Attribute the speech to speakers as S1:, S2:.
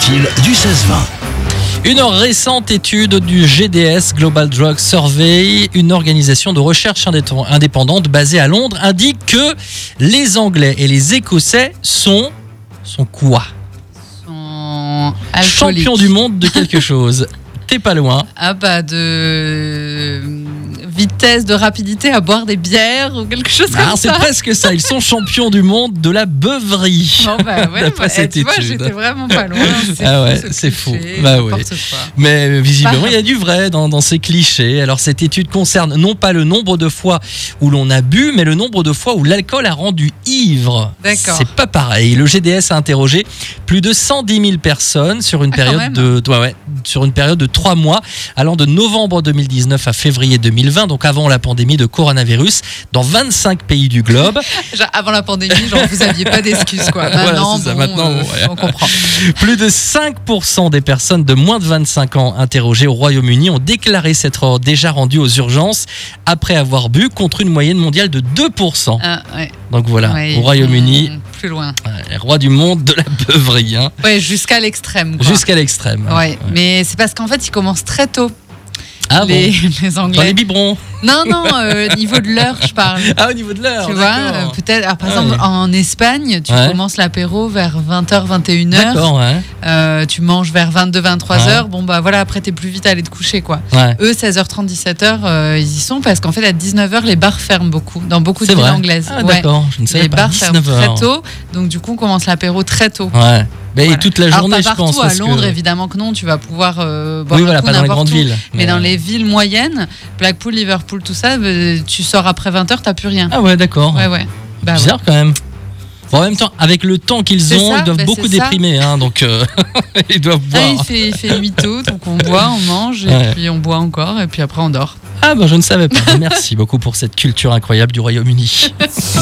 S1: fil du 16-20.
S2: Une récente étude du GDS Global Drug Survey, une organisation de recherche indép- indépendante basée à Londres, indique que les Anglais et les Écossais sont sont quoi
S3: Sont alcooliques.
S2: Champions du monde de quelque chose. T'es pas loin.
S3: Ah bah de euh, vitesse, de rapidité à boire des bières ou quelque chose
S2: Ah,
S3: comme
S2: c'est
S3: ça.
S2: presque ça. Ils sont champions du monde de la beuverie.
S3: Non, bah ouais,
S2: D'après
S3: bah,
S2: cette
S3: tu vois,
S2: étude.
S3: j'étais vraiment pas loin. C'est
S2: Ah
S3: fou,
S2: ouais,
S3: ce
S2: c'est fou.
S3: cliché,
S2: Bah
S3: n'importe quoi.
S2: Mais visiblement,
S3: Bah.
S2: il y a du vrai dans, dans ces clichés. Alors, cette étude concerne non pas le nombre de fois où l'on a bu, mais le nombre de fois où l'alcool a rendu ivre.
S3: D'accord.
S2: C'est pas pareil. Le GDS a interrogé plus de 110 000 personnes sur une
S3: Ah, quand
S2: période
S3: même.
S2: de, ouais, ouais, sur une période de trois mois, allant de novembre 2019 à février 2020, donc avant la pandémie de coronavirus, dans 25 pays du globe.
S3: Genre, avant la pandémie, genre, vous aviez pas d'excuses, quoi.
S2: Voilà,
S3: Maintenant,
S2: c'est ça,
S3: bon,
S2: maintenant,
S3: euh,
S2: ouais.
S3: on comprend.
S2: Plus de 5% des personnes de moins de 25 ans interrogées au Royaume-Uni ont déclaré s'être déjà rendues aux urgences après avoir bu contre une moyenne mondiale de 2%.
S3: Ah, ouais,
S2: Donc voilà,
S3: ouais,
S2: au Royaume-Uni,
S3: hum, Plus loin.
S2: les rois du monde de la beuverie, hein,
S3: Ouais, jusqu'à l'extrême, quoi.
S2: jusqu'à l'extrême.
S3: Ouais, mais c'est parce qu'en fait, ils commencent très tôt,
S2: Ah
S3: les,
S2: bon
S3: les
S2: Dans les
S3: Anglais.
S2: biberons.
S3: Non, non, euh, niveau de l'heure, je parle.
S2: Ah, au niveau de l'heure.
S3: Tu vois,
S2: d'accord.
S3: euh, peut-être, alors, par
S2: Ouais.
S3: exemple, en Espagne, tu
S2: Ouais.
S3: commences l'apéro vers 20h, 21h,
S2: D'accord, ouais.
S3: euh, tu manges vers 22, 23h,
S2: Ouais.
S3: bon bah voilà, après t'es plus vite à aller te coucher quoi.
S2: ouais.
S3: Eux, 16h30, 17h, euh, ils y sont parce qu'en fait, à 19h, les bars ferment beaucoup, dans beaucoup de
S2: C'est
S3: villes
S2: vrai.
S3: anglaises.
S2: Ah,
S3: Ouais.
S2: d'accord, je ne savais
S3: Les
S2: pas.
S3: bars ferment
S2: 19 heures.
S3: très tôt, donc du coup, on commence l'apéro très tôt.
S2: Ouais. Mais
S3: Voilà.
S2: toute la
S3: Alors,
S2: journée,
S3: pas
S2: je
S3: partout,
S2: pense.
S3: à
S2: parce que-
S3: Londres, évidemment que non, tu vas pouvoir euh, boire
S2: Oui,
S3: un
S2: voilà,
S3: coup
S2: pas dans les
S3: n'importe
S2: grandes
S3: où.
S2: villes.
S3: Mais dans les villes moyennes, Blackpool, Liverpool, tout ça, euh, tu sors après 20h, t'as plus rien.
S2: Ah ouais, d'accord.
S3: Ouais, ouais. Bah, ouais.
S2: Bizarre quand même. Bon, en même temps, avec le temps qu'ils
S3: C'est
S2: ont,
S3: ça,
S2: ils doivent
S3: bah,
S2: beaucoup
S3: c'est ça.
S2: déprimer, hein, donc euh, ils doivent
S3: Ah,
S2: boire.
S3: il fait, il fait nuit tôt, donc on boit, on mange, et
S2: Ouais.
S3: puis on boit encore, et puis après on dort.
S2: bah, Ah ben je ne savais pas. Merci beaucoup pour cette culture incroyable du Royaume-Uni.